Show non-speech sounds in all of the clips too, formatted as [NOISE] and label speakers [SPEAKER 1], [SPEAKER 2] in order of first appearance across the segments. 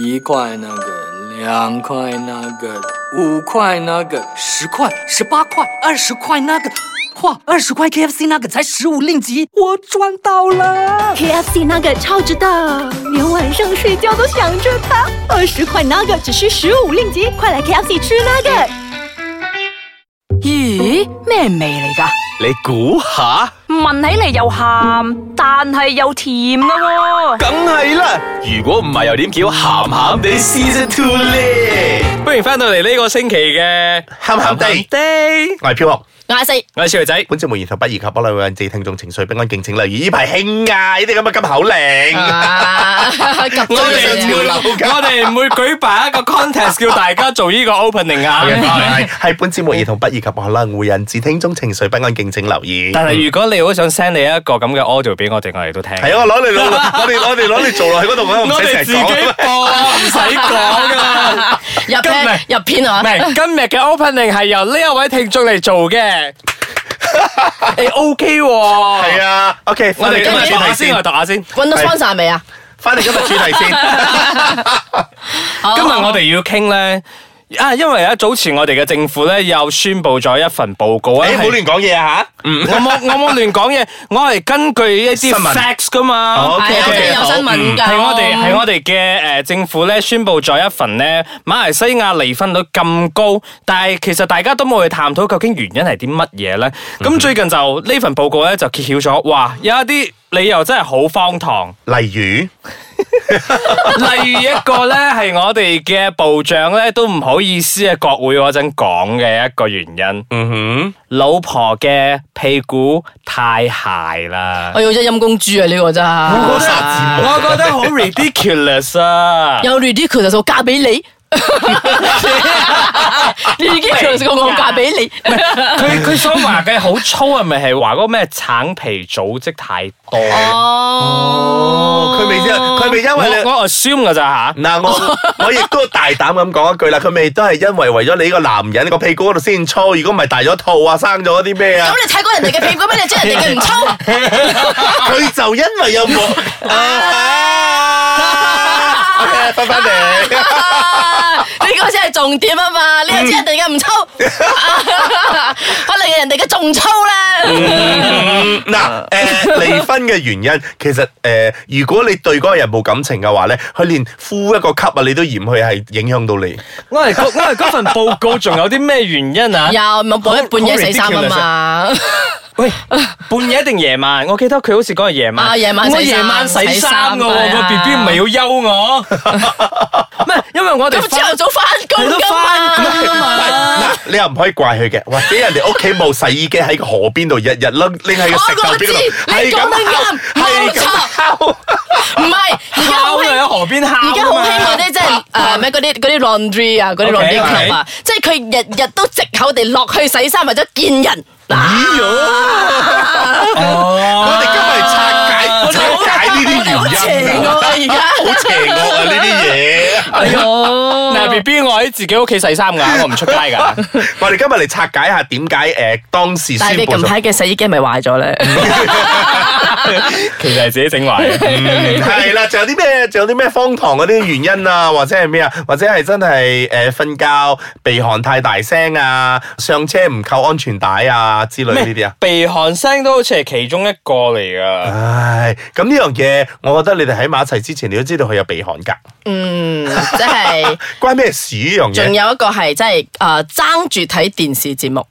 [SPEAKER 1] 一块那个，两块那个，五块那个，
[SPEAKER 2] 十块、十八块、二十块那个，哇，二十块 KFC 那个才十五令吉，我赚到了！
[SPEAKER 3] KFC 那个超值的，连晚上睡觉都想着它。二十块那个只需十五令吉，快来 KFC 吃那个。
[SPEAKER 4] 咦，咩味嚟噶？
[SPEAKER 5] 你估下，
[SPEAKER 4] 闻起嚟又咸，但系又甜噶喎、
[SPEAKER 5] 梗係啦！如果唔係又點叫鹹鹹地 Season Two 咧？
[SPEAKER 6] 欢迎翻到嚟呢个星期嘅
[SPEAKER 5] 鹹鹹地，
[SPEAKER 6] 地，
[SPEAKER 5] 我係飄紅，
[SPEAKER 4] 嗌食
[SPEAKER 6] 我系小女仔。
[SPEAKER 5] 本節目兒童不宜及不良引致聽眾情緒不安，敬請留意。呢排興啊，呢啲咁嘅急口令，
[SPEAKER 4] 啊，
[SPEAKER 7] Ờ,
[SPEAKER 5] [LAUGHS]
[SPEAKER 6] 我哋唔會，我哋唔會舉辦一個 contest 叫大家做呢個 opening 啊。
[SPEAKER 5] 係係本節目兒童不宜及可能會引致聽眾情緒不安，敬請留意。
[SPEAKER 6] 但係如果你好想 send 你一個咁嘅 audio 俾我哋，我哋都聽。
[SPEAKER 5] 係啊，我攞嚟攞，我哋我哋攞嚟做落去嗰度，我唔
[SPEAKER 6] 我
[SPEAKER 5] 使成
[SPEAKER 6] 哋
[SPEAKER 5] 日
[SPEAKER 6] 自己
[SPEAKER 5] 講。
[SPEAKER 6] 播，唔使
[SPEAKER 7] Dạ
[SPEAKER 6] 講
[SPEAKER 5] [LAUGHS]
[SPEAKER 6] 噶。
[SPEAKER 7] 入
[SPEAKER 6] 片
[SPEAKER 7] 入片啊
[SPEAKER 6] 唔！係今日嘅 opening 係由呢一位聽眾嚟做
[SPEAKER 5] [LAUGHS]
[SPEAKER 6] 嘅。你 OK 喎？
[SPEAKER 5] 係。啊，OK，
[SPEAKER 6] 我
[SPEAKER 5] 翻嚟
[SPEAKER 6] 哋
[SPEAKER 5] 今
[SPEAKER 6] 今
[SPEAKER 5] 日
[SPEAKER 6] 日讀
[SPEAKER 5] 主題
[SPEAKER 6] 下先，我
[SPEAKER 5] 先
[SPEAKER 6] 哋，讀下先。
[SPEAKER 7] 揾到 sponsor à? 未啊？
[SPEAKER 5] 翻嚟今日主題
[SPEAKER 6] [LAUGHS]
[SPEAKER 5] 先。
[SPEAKER 6] 今日我哋要傾咧。啊，因為咧早前我哋嘅政府咧又宣布咗一份報告啊，
[SPEAKER 5] 誒，唔好
[SPEAKER 6] 係
[SPEAKER 5] 亂講嘢啊嚇。 [LAUGHS]
[SPEAKER 6] 嗯我冇我冇亂講嘢，我係根據一啲
[SPEAKER 5] 新聞
[SPEAKER 6] facts 噶嘛。
[SPEAKER 7] 係啊，
[SPEAKER 5] 好
[SPEAKER 7] 我
[SPEAKER 5] OK，Ừ.
[SPEAKER 7] 哋有
[SPEAKER 5] 好
[SPEAKER 7] 新聞㗎。
[SPEAKER 6] 係我哋係我哋嘅誒呃政府咧宣布咗一份咧馬來西亞離婚率咁高，但係其實大家都冇去探討究竟原因係啲乜嘢咧。
[SPEAKER 5] 嗯
[SPEAKER 6] 咁最近就呢份報告咧就揭曉咗，哇！有一啲理由真係好荒唐，
[SPEAKER 5] 例如。
[SPEAKER 6] 例如一個咧係我哋嘅部長咧都唔好意思喺國會嗰陣講嘅一個原因，
[SPEAKER 5] 嗯
[SPEAKER 6] 老婆嘅屁股太鞋啦。
[SPEAKER 7] 哎呦，真係陰公豬啊！呢個真係
[SPEAKER 6] 我覺得好
[SPEAKER 7] [LAUGHS]
[SPEAKER 6] ridiculous 啊！
[SPEAKER 7] 有 ridiculous 就嫁俾
[SPEAKER 5] [LAUGHS]
[SPEAKER 7] 你。ridiculous 過我
[SPEAKER 5] Dạ.
[SPEAKER 7] 嫁俾你，
[SPEAKER 6] 佢佢所話嘅好粗係啊咪係話嗰個咩橙皮組織太多？
[SPEAKER 7] 哦
[SPEAKER 5] 哼，佢未知，佢未因
[SPEAKER 6] 我
[SPEAKER 5] 為你
[SPEAKER 6] 我 assume 噶咋
[SPEAKER 5] 嗱，我我亦都大膽咁講一句啦，佢咪都係因為為咗你呢個男人個屁股嗰度先粗，如果唔係大咗肚啊，生咗啲咩啊
[SPEAKER 7] 咁，你睇過人哋嘅屁股咩？你知人哋
[SPEAKER 5] Dạ.
[SPEAKER 7] 嘅唔粗，
[SPEAKER 5] 佢就因為有我啊，OK，翻返
[SPEAKER 7] [LAUGHS]
[SPEAKER 5] 嚟，
[SPEAKER 7] 啊呢個先係重點啊嘛！你又知人哋嘅唔粗， [LAUGHS] 可能人哋嘅仲粗啦。
[SPEAKER 5] 嗱，誒離婚嘅原因其實誒，如果你對嗰個人冇感情嘅話咧，佢連呼一個吸啊，你都嫌佢係影響到你。
[SPEAKER 6] 吓？我係我係嗰份報 [LAUGHS] 告仲有啲咩原因啊？
[SPEAKER 7] 又咪半半夜洗衫啊嘛，
[SPEAKER 6] 喂，半夜定夜晚？我記得佢好似講係夜晚。
[SPEAKER 7] 啊夜晚洗衫
[SPEAKER 6] 我夜晚洗衫噶
[SPEAKER 7] 洗
[SPEAKER 6] 喎，
[SPEAKER 7] 衫
[SPEAKER 6] 個
[SPEAKER 7] 係
[SPEAKER 6] B
[SPEAKER 7] 啊
[SPEAKER 6] B 唔係要休
[SPEAKER 7] [LAUGHS]
[SPEAKER 6] 我。唔係，因為我哋
[SPEAKER 7] 咁朝頭早翻工
[SPEAKER 6] 佢都
[SPEAKER 7] 㗎
[SPEAKER 6] 翻
[SPEAKER 7] 嘛。
[SPEAKER 6] 工啊嘛。
[SPEAKER 5] 嗱，你又唔可以怪佢嘅，或者人哋屋企冇洗衣機喺個河邊度，日日拎拎喺個石頭邊
[SPEAKER 7] 我
[SPEAKER 5] 度，
[SPEAKER 7] 知你
[SPEAKER 5] 係
[SPEAKER 7] 講得
[SPEAKER 5] 咁敲
[SPEAKER 7] 啱，
[SPEAKER 5] 係咁敲。
[SPEAKER 7] 唔係，而家好
[SPEAKER 6] 烤
[SPEAKER 7] 興
[SPEAKER 6] 喺河邊烤啊嘛。
[SPEAKER 7] 而家好興
[SPEAKER 6] [LAUGHS]
[SPEAKER 7] 嗰啲即係誒咩嗰啲嗰啲 laundry 啊，嗰啲
[SPEAKER 6] OK，
[SPEAKER 7] laundry club 啊，即係佢日日都藉口地落去洗衫或者見人。啊
[SPEAKER 5] 我哋今日係拆解
[SPEAKER 7] 我哋
[SPEAKER 5] 拆解呢
[SPEAKER 7] 好
[SPEAKER 5] 啲
[SPEAKER 7] 邪
[SPEAKER 5] 原因
[SPEAKER 7] 惡
[SPEAKER 5] 啊，
[SPEAKER 7] 啊！而家
[SPEAKER 5] 好邪惡啊呢啲嘢。
[SPEAKER 6] 哎嗱，B B，我喺自己屋企洗衫噶，我唔出街噶。
[SPEAKER 7] [LAUGHS]
[SPEAKER 5] 我哋今日嚟拆解下點解誒當時
[SPEAKER 7] 但係
[SPEAKER 5] 宣
[SPEAKER 7] 你
[SPEAKER 5] 布
[SPEAKER 7] 近
[SPEAKER 5] 咗，
[SPEAKER 7] 排嘅洗衣機咪壞咗咧？
[SPEAKER 6] 其實係自己整
[SPEAKER 7] [LAUGHS]
[SPEAKER 6] 壞嘅。
[SPEAKER 5] 嗯係啦，仲有啲咩？仲有啲咩荒唐嗰啲原因啊，或者係咩啊？或者係真係誒瞓覺鼻鼾太大聲啊，上車唔扣安全帶啊之類呢啲啊？
[SPEAKER 6] 鼻鼾聲都好似係其中一個嚟噶。
[SPEAKER 5] 唉，咁呢樣嘢，我覺得你哋喺埋一齊之前，你都知道佢有鼻鼾㗎，
[SPEAKER 7] 嗯，即係
[SPEAKER 5] 關咩事呢樣
[SPEAKER 7] 仲
[SPEAKER 5] 嘢？
[SPEAKER 7] 有一個係即係誒爭住睇電視節目，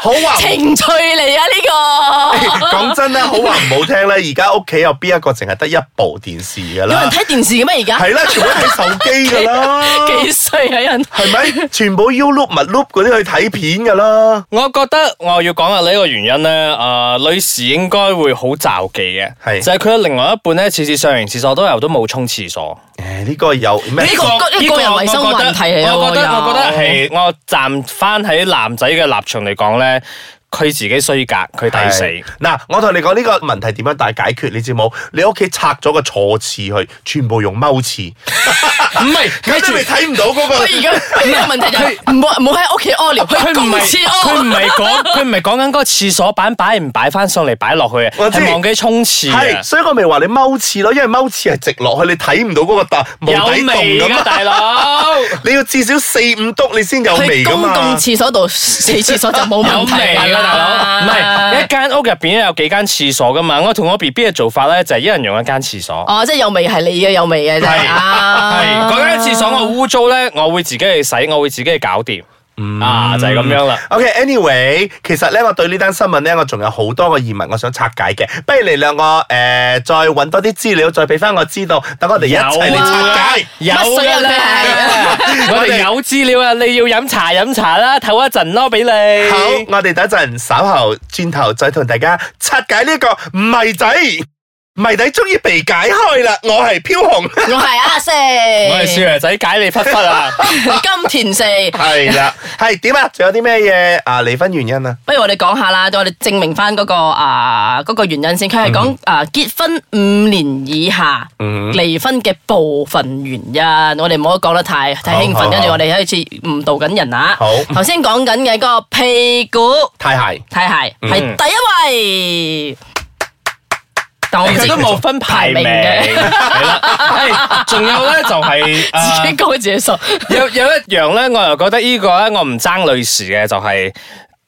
[SPEAKER 5] 好話唔
[SPEAKER 7] 情趣嚟啊 [LAUGHS] 呢個！
[SPEAKER 5] 講真啦，好話唔好聽咧，而家屋企有邊一個淨係得一部電視㗎
[SPEAKER 7] 有人
[SPEAKER 5] 啦？
[SPEAKER 7] 睇電視嘅咩而家？
[SPEAKER 5] 係啦，全部都睇手機㗎啦，
[SPEAKER 7] [LAUGHS] 幾歲啊人？
[SPEAKER 5] 係咪？全部 U loop 密 loop 嗰啲去睇片㗎啦，
[SPEAKER 6] 我覺得我要講下呢個原因咧，誒、女士應該會好罩忌嘅，
[SPEAKER 5] 係
[SPEAKER 6] 就係佢嘅另外一半咧，次次上完廁所都有都冇沖廁所。
[SPEAKER 5] 誒呢個有咩？
[SPEAKER 7] 呢個呢個個人衞生問題嚟喎
[SPEAKER 6] 我覺得
[SPEAKER 7] 又
[SPEAKER 6] 我覺得係我站翻喺男仔嘅立場嚟講咧，佢自己衰格，佢抵死。
[SPEAKER 5] 係嗱，我同你講呢個問題
[SPEAKER 7] [LAUGHS]
[SPEAKER 5] 點樣大解決，你知冇？你屋企拆咗個坐廁去，全部用踎廁，
[SPEAKER 6] 唔係，咪
[SPEAKER 5] 咁
[SPEAKER 6] 住
[SPEAKER 5] 你咪睇唔到嗰個
[SPEAKER 7] 佢而家佢呢個問題就係唔好唔好喺屋企屙尿，去
[SPEAKER 6] 佢唔
[SPEAKER 7] 公
[SPEAKER 6] 係
[SPEAKER 7] 廁
[SPEAKER 6] 佢唔
[SPEAKER 7] 屙。
[SPEAKER 6] 係講佢唔係講緊嗰個廁所板擺唔擺翻上嚟擺落去嘅，
[SPEAKER 5] 我知
[SPEAKER 6] 係忘記沖廁啊
[SPEAKER 5] 係，
[SPEAKER 6] 嘅，
[SPEAKER 5] 所以我咪話你踎廁咯，因為踎廁係直落去，你睇唔到嗰個笪
[SPEAKER 6] 有
[SPEAKER 5] 無底洞
[SPEAKER 6] 味
[SPEAKER 5] 咁啊
[SPEAKER 6] 㗎
[SPEAKER 5] 嘛
[SPEAKER 6] 大佬，
[SPEAKER 5] 你要至少四五篤你先有味
[SPEAKER 7] 去
[SPEAKER 5] 噶
[SPEAKER 7] 公共
[SPEAKER 5] 嘛。
[SPEAKER 7] 廁所度洗廁所就冇
[SPEAKER 6] [LAUGHS]
[SPEAKER 7] 問
[SPEAKER 6] 有
[SPEAKER 7] 題
[SPEAKER 6] 味㗎
[SPEAKER 7] 㗎
[SPEAKER 6] 大佬，唔
[SPEAKER 7] 啦
[SPEAKER 6] 係一間屋入邊有幾間廁所㗎嘛，我同我 B B 嘅做法咧就係一人用一間廁所。
[SPEAKER 7] 哦，即係有味係你嘅有味嘅啫。
[SPEAKER 6] 係
[SPEAKER 7] 啊
[SPEAKER 6] 係嗰間廁所我污糟咧，我會自己去洗，我會自己去搞掂。
[SPEAKER 5] 嗯
[SPEAKER 6] 啊，就係咁樣啦。
[SPEAKER 5] OK，anyway，、其實咧，我對呢單新聞咧，我仲有好多個疑問，我想拆解嘅。不如你兩個誒、呃再揾多啲資料，再俾翻我知道，等我哋一齊嚟拆
[SPEAKER 6] [LAUGHS]
[SPEAKER 5] 解。
[SPEAKER 6] 啊有
[SPEAKER 7] 乜水啊佢係
[SPEAKER 6] 嘅， [LAUGHS] 我哋有資料啊！你要飲茶飲茶啦，唞一陣咯，俾你。
[SPEAKER 5] 好，我哋等一陣稍後轉頭再同大家拆解呢個謎仔，謎底終於被解開啦！我係飄紅，
[SPEAKER 7] 我係阿四，
[SPEAKER 6] 我係少爺仔解你忽忽
[SPEAKER 7] [LAUGHS]
[SPEAKER 6] 啊！
[SPEAKER 7] 金田四。
[SPEAKER 5] 係啦， [LAUGHS] 係點啊？仲有啲咩嘢啊？離婚原因啊？
[SPEAKER 7] 不如我哋講下啦，我哋證明翻嗰、個啊嗰、個原因先。佢係講啊結婚五年以下
[SPEAKER 5] 嗯
[SPEAKER 7] 離婚嘅部分原因，我哋唔好講得太太興
[SPEAKER 5] 好
[SPEAKER 7] 奮，跟住
[SPEAKER 5] 好
[SPEAKER 7] 我哋開始誤導緊人啊
[SPEAKER 5] 好。
[SPEAKER 7] 頭先講緊嘅嗰個屁股
[SPEAKER 5] 太鞋。
[SPEAKER 7] 太鞋係第一位，但我唔
[SPEAKER 6] 佢
[SPEAKER 7] 知
[SPEAKER 6] 都冇分排名
[SPEAKER 7] [LAUGHS]
[SPEAKER 6] 嘅，係啦。係仲有咧就係
[SPEAKER 7] 自
[SPEAKER 6] 呃
[SPEAKER 7] 己講自己數。
[SPEAKER 6] 有有一樣咧，我又覺得呢個咧，我唔爭女士嘅，就係、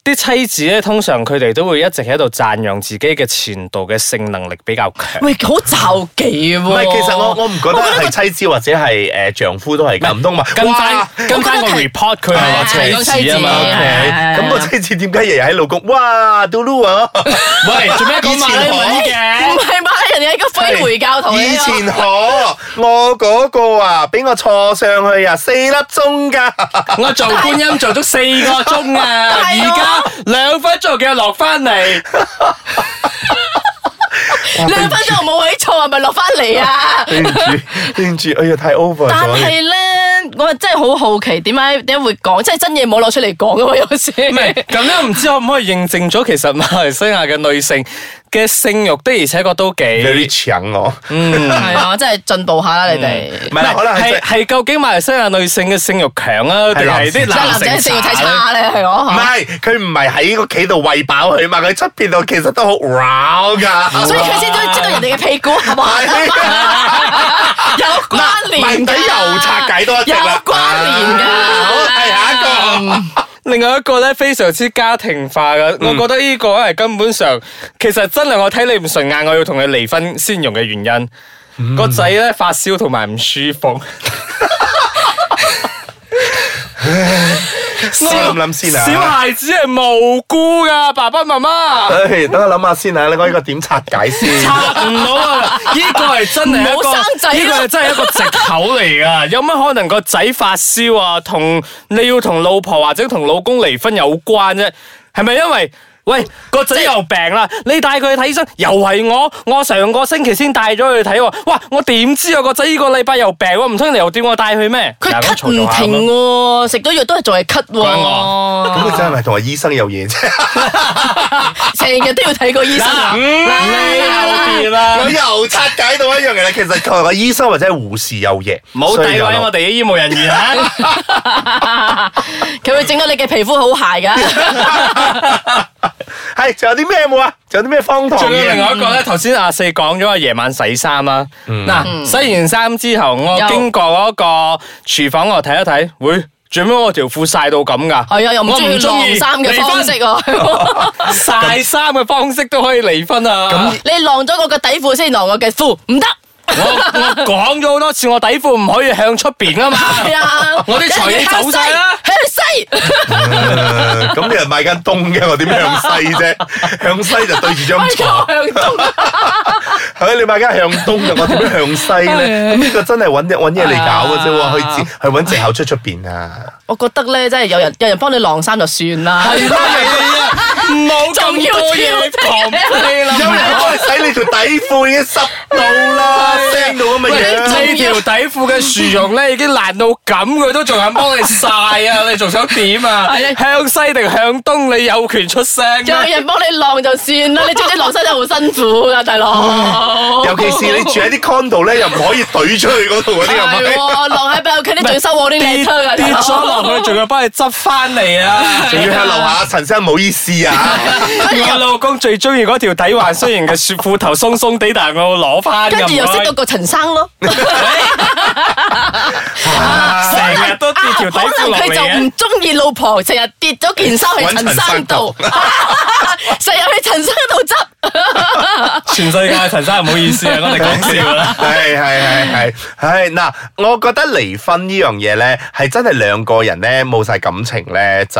[SPEAKER 6] 啲妻子咧，通常佢哋都會一直喺度讚揚自己嘅前度嘅性能力比較強。
[SPEAKER 7] 喂，好就忌喎。
[SPEAKER 5] 唔係，其實
[SPEAKER 7] 哦
[SPEAKER 5] 我我唔覺得係妻子或者係誒丈夫都係咁，唔通話
[SPEAKER 6] 跟
[SPEAKER 5] 哇
[SPEAKER 6] 翻跟翻個 report 佢係話
[SPEAKER 7] 係係
[SPEAKER 6] 妻子啊嘛
[SPEAKER 7] 講妻子
[SPEAKER 5] OK，
[SPEAKER 6] ，OK。
[SPEAKER 7] 係
[SPEAKER 5] 咁個妻子點解日日喺老公？哇，到 l
[SPEAKER 7] [LAUGHS]
[SPEAKER 5] 啊！
[SPEAKER 6] [LAUGHS] 喂，做咩講馬拉文
[SPEAKER 7] 唔
[SPEAKER 6] 嘅？
[SPEAKER 7] 係馬來人哋係個非回教徒嚟
[SPEAKER 5] 以
[SPEAKER 7] 㗎
[SPEAKER 5] 前可我嗰個啊，俾我坐上去啊，四粒鐘㗎。
[SPEAKER 6] 我做觀音做足四個鐘啊，
[SPEAKER 7] 係喎
[SPEAKER 6] 而家兩分鐘嘅落翻嚟，
[SPEAKER 7] 兩分鐘冇位坐，係咪落翻嚟啊？
[SPEAKER 5] 對唔住， [LAUGHS] 對唔住，哎呀，太 over
[SPEAKER 7] 但係
[SPEAKER 5] 咗。
[SPEAKER 7] 咧，我真係好好奇點解點解會講，即係真嘢冇攞出嚟講噶嘛，有時。[LAUGHS]
[SPEAKER 6] 唔係咁樣，唔知可唔可以認證咗其實馬來西亞嘅女性嘅性慾的而且確都幾
[SPEAKER 5] very 強我，唔
[SPEAKER 7] 係啊，真係進步下啦，你哋。
[SPEAKER 5] 嗯係啦，可能係
[SPEAKER 6] 係
[SPEAKER 5] 真
[SPEAKER 6] 係究竟馬來西亞女性嘅性慾強啊，定
[SPEAKER 5] 係
[SPEAKER 6] 係啲
[SPEAKER 7] 即係男
[SPEAKER 6] 男
[SPEAKER 7] 仔
[SPEAKER 6] 性
[SPEAKER 7] 性要
[SPEAKER 6] 差
[SPEAKER 7] 睇
[SPEAKER 6] 咧
[SPEAKER 7] 差咧，係
[SPEAKER 5] 唔
[SPEAKER 7] 我。
[SPEAKER 5] 係佢唔係喺個企度喂飽佢嘛，佢出邊度其實都好 wow 㗎。
[SPEAKER 7] 所以佢先都知道人哋嘅屁股係
[SPEAKER 5] [LAUGHS]
[SPEAKER 7] 嘛，有關
[SPEAKER 6] 啊
[SPEAKER 7] 聯
[SPEAKER 5] 謎
[SPEAKER 7] 㗎
[SPEAKER 5] 底又拆解多一隻
[SPEAKER 7] 有
[SPEAKER 5] 啦啊
[SPEAKER 7] 關聯㗎。
[SPEAKER 5] 好係下一個
[SPEAKER 6] 嗯另外一個咧非常之家庭化嘅，我覺得呢個係根本上其實真係我睇你唔順眼，我要同你離婚先用嘅原因。個仔咧發燒同埋唔舒服，
[SPEAKER 5] 先諗諗先啊。
[SPEAKER 6] 小孩子係無辜噶，爸爸媽媽
[SPEAKER 5] 唉，等我諗下先啊，你講呢個點拆解先？
[SPEAKER 6] [LAUGHS] 拍唔到啊！呢個係真係一
[SPEAKER 7] 唔好生仔啊
[SPEAKER 6] 個，呢個係真係一個藉口嚟噶。有乜可能個仔發燒啊，同你要同老婆或者同老公離婚有關啫？係咪因為？喂，個仔又病啦，你帶佢去睇醫生，又係我，我上個星期先帶咗佢去睇喎，哇，我點知啊個仔呢個禮拜又病喎，唔通你又叫我帶佢咩？
[SPEAKER 7] 佢
[SPEAKER 6] 嗱咁
[SPEAKER 7] 咳
[SPEAKER 6] 嘈
[SPEAKER 7] 唔
[SPEAKER 6] 嘈下
[SPEAKER 7] 停
[SPEAKER 6] 咁
[SPEAKER 7] 喎，食咗藥都係仲係咳
[SPEAKER 6] 關
[SPEAKER 7] 喎，
[SPEAKER 5] 咁佢真係咪同個醫生有嘢
[SPEAKER 6] [LAUGHS]
[SPEAKER 5] 啫？
[SPEAKER 7] 成日都要睇個醫生啊。
[SPEAKER 6] 嗯
[SPEAKER 7] 嗯
[SPEAKER 6] 嗱你又掂啦
[SPEAKER 5] 我又拆解到啊一樣嘢啦，其實佢個醫生或者係護士有嘢，
[SPEAKER 6] 唔好
[SPEAKER 5] 所以
[SPEAKER 6] 詆
[SPEAKER 5] 就
[SPEAKER 6] 毀我哋嘅醫務人員啊！
[SPEAKER 7] [LAUGHS] 佢會整到你嘅皮膚好鞋㗎。 [LAUGHS]
[SPEAKER 5] 係，仲有啲咩冇啊？仲有啲咩荒唐
[SPEAKER 6] 仲有另
[SPEAKER 5] 嘢？啊 [LAUGHS]
[SPEAKER 6] 外一個咧，頭先阿四講咗啊，夜晚洗衫啦。嗱，洗完衫之後，我
[SPEAKER 7] 又
[SPEAKER 6] 經過嗰個廚房，我睇一睇，會做咩我條褲晒到咁噶？
[SPEAKER 7] 係啊，又唔中
[SPEAKER 6] 我
[SPEAKER 7] 意晾衫嘅方式
[SPEAKER 6] [LAUGHS]
[SPEAKER 7] 喎。
[SPEAKER 6] 晒衫嘅方式都可以離婚啊！
[SPEAKER 7] 你晾咗我嘅底褲先晾我嘅褲，
[SPEAKER 6] [LAUGHS]
[SPEAKER 7] 唔得。
[SPEAKER 6] 我我講咗好多次，我底褲唔可以向出邊啊嘛。
[SPEAKER 7] 係啊，
[SPEAKER 6] 我啲財氣走晒啦
[SPEAKER 7] 向西，向西。
[SPEAKER 5] 誒嗯咁你又買緊東嘅，我點向西啫？向西就對住張床，
[SPEAKER 7] 向東。
[SPEAKER 5] 係你買緊向東嘅，我點樣向西咧？咁呢個真係揾揾嘢嚟搞嘅啫喎，去接去揾藉口出出邊啊！
[SPEAKER 7] 我覺得咧，真係有人有人幫你晾衫就算啦。
[SPEAKER 6] 係啦，
[SPEAKER 7] [LAUGHS]
[SPEAKER 6] 係啊，唔好咁多嘢狂飛啦！
[SPEAKER 5] 有人幫你洗你條底褲已經濕到啦，腥到咁嘅樣。
[SPEAKER 6] 呢條底褲嘅樹絨咧已經爛到咁，佢都仲肯幫你晒
[SPEAKER 7] [LAUGHS]
[SPEAKER 6] 啊！你仲想點啊？向西定向東，你有權出聲啊咩。
[SPEAKER 7] 有人幫你晾就算啦，你知唔知晾衫真係好辛苦㗎，大佬。
[SPEAKER 6] 哦
[SPEAKER 5] 尤其是你住喺啲 condo 咧，又唔可以懟出去嗰度嗰啲係咪？
[SPEAKER 7] 係喎，晾喺仲收我啲靚車啊㗎
[SPEAKER 6] 跌跌咗落去，仲要幫你執翻
[SPEAKER 7] [LAUGHS]
[SPEAKER 6] 嚟啊！
[SPEAKER 5] 仲要向樓下陳生唔好意思啊！
[SPEAKER 6] 我老公最中意嗰條底環，雖然嘅雪褲頭鬆鬆地，但係我會攞翻㗎
[SPEAKER 7] 跟住又識到
[SPEAKER 6] 唔
[SPEAKER 7] 個陳生咯，可
[SPEAKER 6] 該成日都跌條底褲
[SPEAKER 7] 能
[SPEAKER 6] 落嚟
[SPEAKER 7] 佢就
[SPEAKER 6] 嘅
[SPEAKER 7] 唔。中意老婆，成日跌咗件衫去
[SPEAKER 5] 搵
[SPEAKER 7] 陳生 [LAUGHS] 度，成日去陳生度執。
[SPEAKER 6] 全世界陳生唔好意思啊，我哋講笑啦。
[SPEAKER 5] 係係係係，唉嗱，我覺得離婚呢樣嘢咧，係真係兩個人咧冇晒感情咧就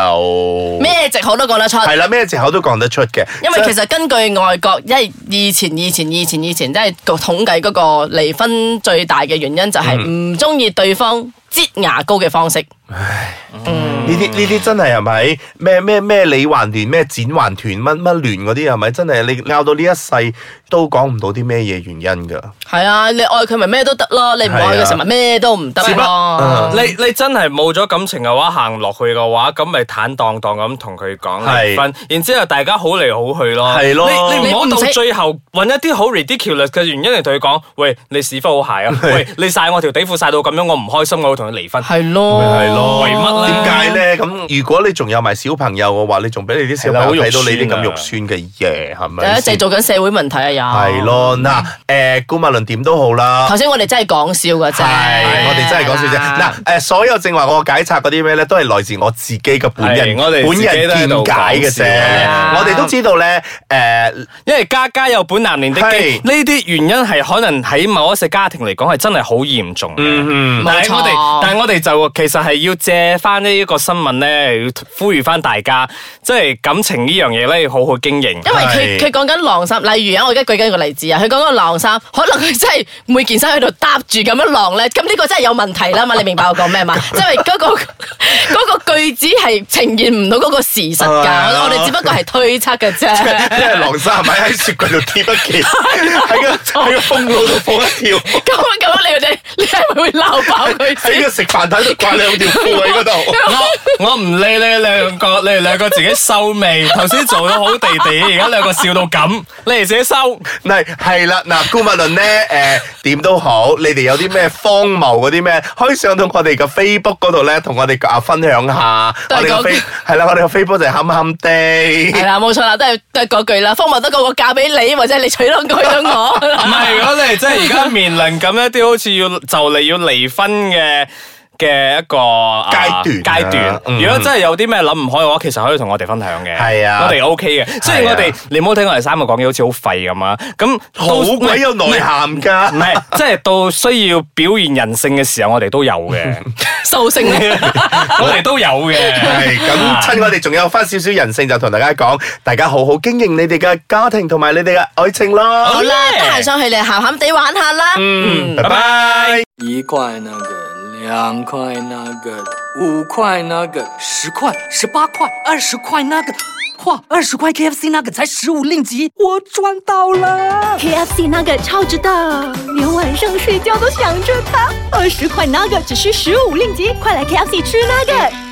[SPEAKER 7] 咩藉口都講得出。
[SPEAKER 5] 係啦，咩藉口都講得出嘅。
[SPEAKER 7] 因為其實根據外國，因為以前、以前、以前、以前，即係統計嗰個離婚最大嘅原因就係唔中意對方擠牙膏嘅方式。
[SPEAKER 6] 嗯
[SPEAKER 5] 呢啲呢啲真係係咪咩咩咩理還聯咩剪還團乜乜聯嗰啲係咪真係你拗到呢一世都講唔到啲咩嘢原因㗎？
[SPEAKER 7] 係啊，你愛佢咪咩都得咯，你唔愛
[SPEAKER 5] 係啊
[SPEAKER 7] 嘅時候咪咩都唔得
[SPEAKER 5] 只不
[SPEAKER 7] 咯。
[SPEAKER 6] 你你真係冇咗感情嘅話，行落去嘅話，咁咪坦蕩蕩咁同佢講
[SPEAKER 5] 係
[SPEAKER 6] 離婚，然之後大家好嚟好去咯。
[SPEAKER 5] 係咯
[SPEAKER 6] 你你唔好
[SPEAKER 7] 你唔
[SPEAKER 6] 到
[SPEAKER 7] 使
[SPEAKER 6] 最後揾一啲好 ridiculous 嘅原因嚟同佢講，喂，你屎忽好鞋啊，喂，你晒我條底褲晒到咁樣，我唔開心，我會同佢離婚。
[SPEAKER 7] 係咯，
[SPEAKER 5] 係咯
[SPEAKER 6] 為乜咧
[SPEAKER 5] 點解咧？咁如果你仲有埋小朋友嘅話，你仲俾你啲小朋友睇到你啲
[SPEAKER 6] 啊
[SPEAKER 5] 咁肉酸嘅嘢，係
[SPEAKER 7] 就
[SPEAKER 5] 咪
[SPEAKER 7] 係
[SPEAKER 5] 先？
[SPEAKER 7] 製造緊社會問題啊！又
[SPEAKER 5] 係，咯，嗱，誒，顧物論點都好啦
[SPEAKER 7] 頭。先我哋真係講笑㗎
[SPEAKER 5] 係，
[SPEAKER 7] 啫，
[SPEAKER 5] 我哋真係講笑啫。嗱，誒，所有正話我解拆嗰啲咩咧，都係來自我自己嘅本人，
[SPEAKER 6] 係我哋
[SPEAKER 5] 本
[SPEAKER 6] 自己都喺
[SPEAKER 5] 人見
[SPEAKER 6] 度
[SPEAKER 5] 解嘅
[SPEAKER 6] 講
[SPEAKER 5] 啫
[SPEAKER 6] 笑嗯係。
[SPEAKER 7] 啊
[SPEAKER 5] 我哋都知道咧，誒，
[SPEAKER 6] 因為家家有本難念的經，
[SPEAKER 5] 係
[SPEAKER 6] 呢啲原因係可能喺某一些家庭嚟講係真係好嚴重嘅。
[SPEAKER 5] 嗯
[SPEAKER 6] 但係我
[SPEAKER 7] 冇錯
[SPEAKER 6] 哋，但係我哋就其實係要借翻呢一個新聞咧，要呼籲翻大家，即係感情呢樣嘢咧，要好好經營。
[SPEAKER 7] 因為
[SPEAKER 5] 係
[SPEAKER 7] 佢佢講緊晾衫，例如啊，我而家舉緊一個例子啊，佢講緊晾衫，可能佢真係每件衫喺度搭住咁樣晾咧，咁呢個真係有問題啦嘛，你明白我講咩嘛？即係嗰個嗰個句子係呈現唔到嗰個事實㗎，
[SPEAKER 5] 啊
[SPEAKER 7] 我哋只不過係推測嘅啫。
[SPEAKER 5] 即係狼山咪喺雪櫃度貼一
[SPEAKER 7] [LAUGHS]
[SPEAKER 5] 件，喺個喺個風爐度放一條，
[SPEAKER 7] 咁咁，你哋你係咪會鬧爆佢
[SPEAKER 5] 喺
[SPEAKER 7] 先
[SPEAKER 5] 個？食飯台度掛兩條褲喺
[SPEAKER 7] [LAUGHS]
[SPEAKER 5] 嗰度。
[SPEAKER 6] 我我唔理你兩個，你哋兩個自己收尾。頭先做到好地地，而家兩個笑到咁，你哋自己收。
[SPEAKER 5] 嗱，係啦，嗱，顧物論咧，誒點都好，你哋有啲咩荒謬嗰啲咩，可以上到我哋嘅 Facebook 嗰度咧，同我哋啊分享下。
[SPEAKER 7] 都
[SPEAKER 5] 我
[SPEAKER 7] 係
[SPEAKER 5] 哋
[SPEAKER 7] 嗰
[SPEAKER 5] 嘅 Face 係啦，我哋嘅 Facebook 就係冚冚
[SPEAKER 7] 係
[SPEAKER 5] 地。
[SPEAKER 7] 啦，冇錯啦，都係都係嗰句啦，方文德個個嫁俾你，或者你娶到佢咗我。
[SPEAKER 6] 唔係，
[SPEAKER 7] [LAUGHS]
[SPEAKER 6] 如果你哋真係而家面臨咁一啲好似要就嚟要離婚嘅。嘅一個啊
[SPEAKER 5] 階段啊
[SPEAKER 6] 階段，
[SPEAKER 5] 嗯
[SPEAKER 6] 如果真係有啲咩諗唔開嘅話，其實可以同我哋分享嘅。
[SPEAKER 5] 係啊
[SPEAKER 6] 我哋 OK 嘅。雖然我哋你唔好聽我哋三個講嘢好似好廢咁啊，咁到
[SPEAKER 5] 好鬼有內涵
[SPEAKER 6] 唔
[SPEAKER 5] 㗎，
[SPEAKER 6] 係，即係到需要表現人性嘅時候，我哋都
[SPEAKER 5] [LAUGHS]
[SPEAKER 6] 有嘅， [LAUGHS]
[SPEAKER 7] 獸性咧，
[SPEAKER 6] 我哋都有嘅。
[SPEAKER 5] 係咁，趁我哋仲有翻少少人性，就同大家講，大家好好經營你哋嘅家庭同埋你哋嘅愛情
[SPEAKER 7] 好
[SPEAKER 5] 咯。
[SPEAKER 7] 啦，得閒上去你咸咸地玩下啦。
[SPEAKER 5] 嗯，拜拜。
[SPEAKER 1] 一块那个，两块那个，五块那个，
[SPEAKER 2] 十块、十八块、二十块那个，哇，二十块 KFC 那个才十五令吉，我赚到了！
[SPEAKER 3] KFC 那个超值的，连晚上睡觉都想着它。二十块那个只需十五令吉，快来 KFC 吃那个。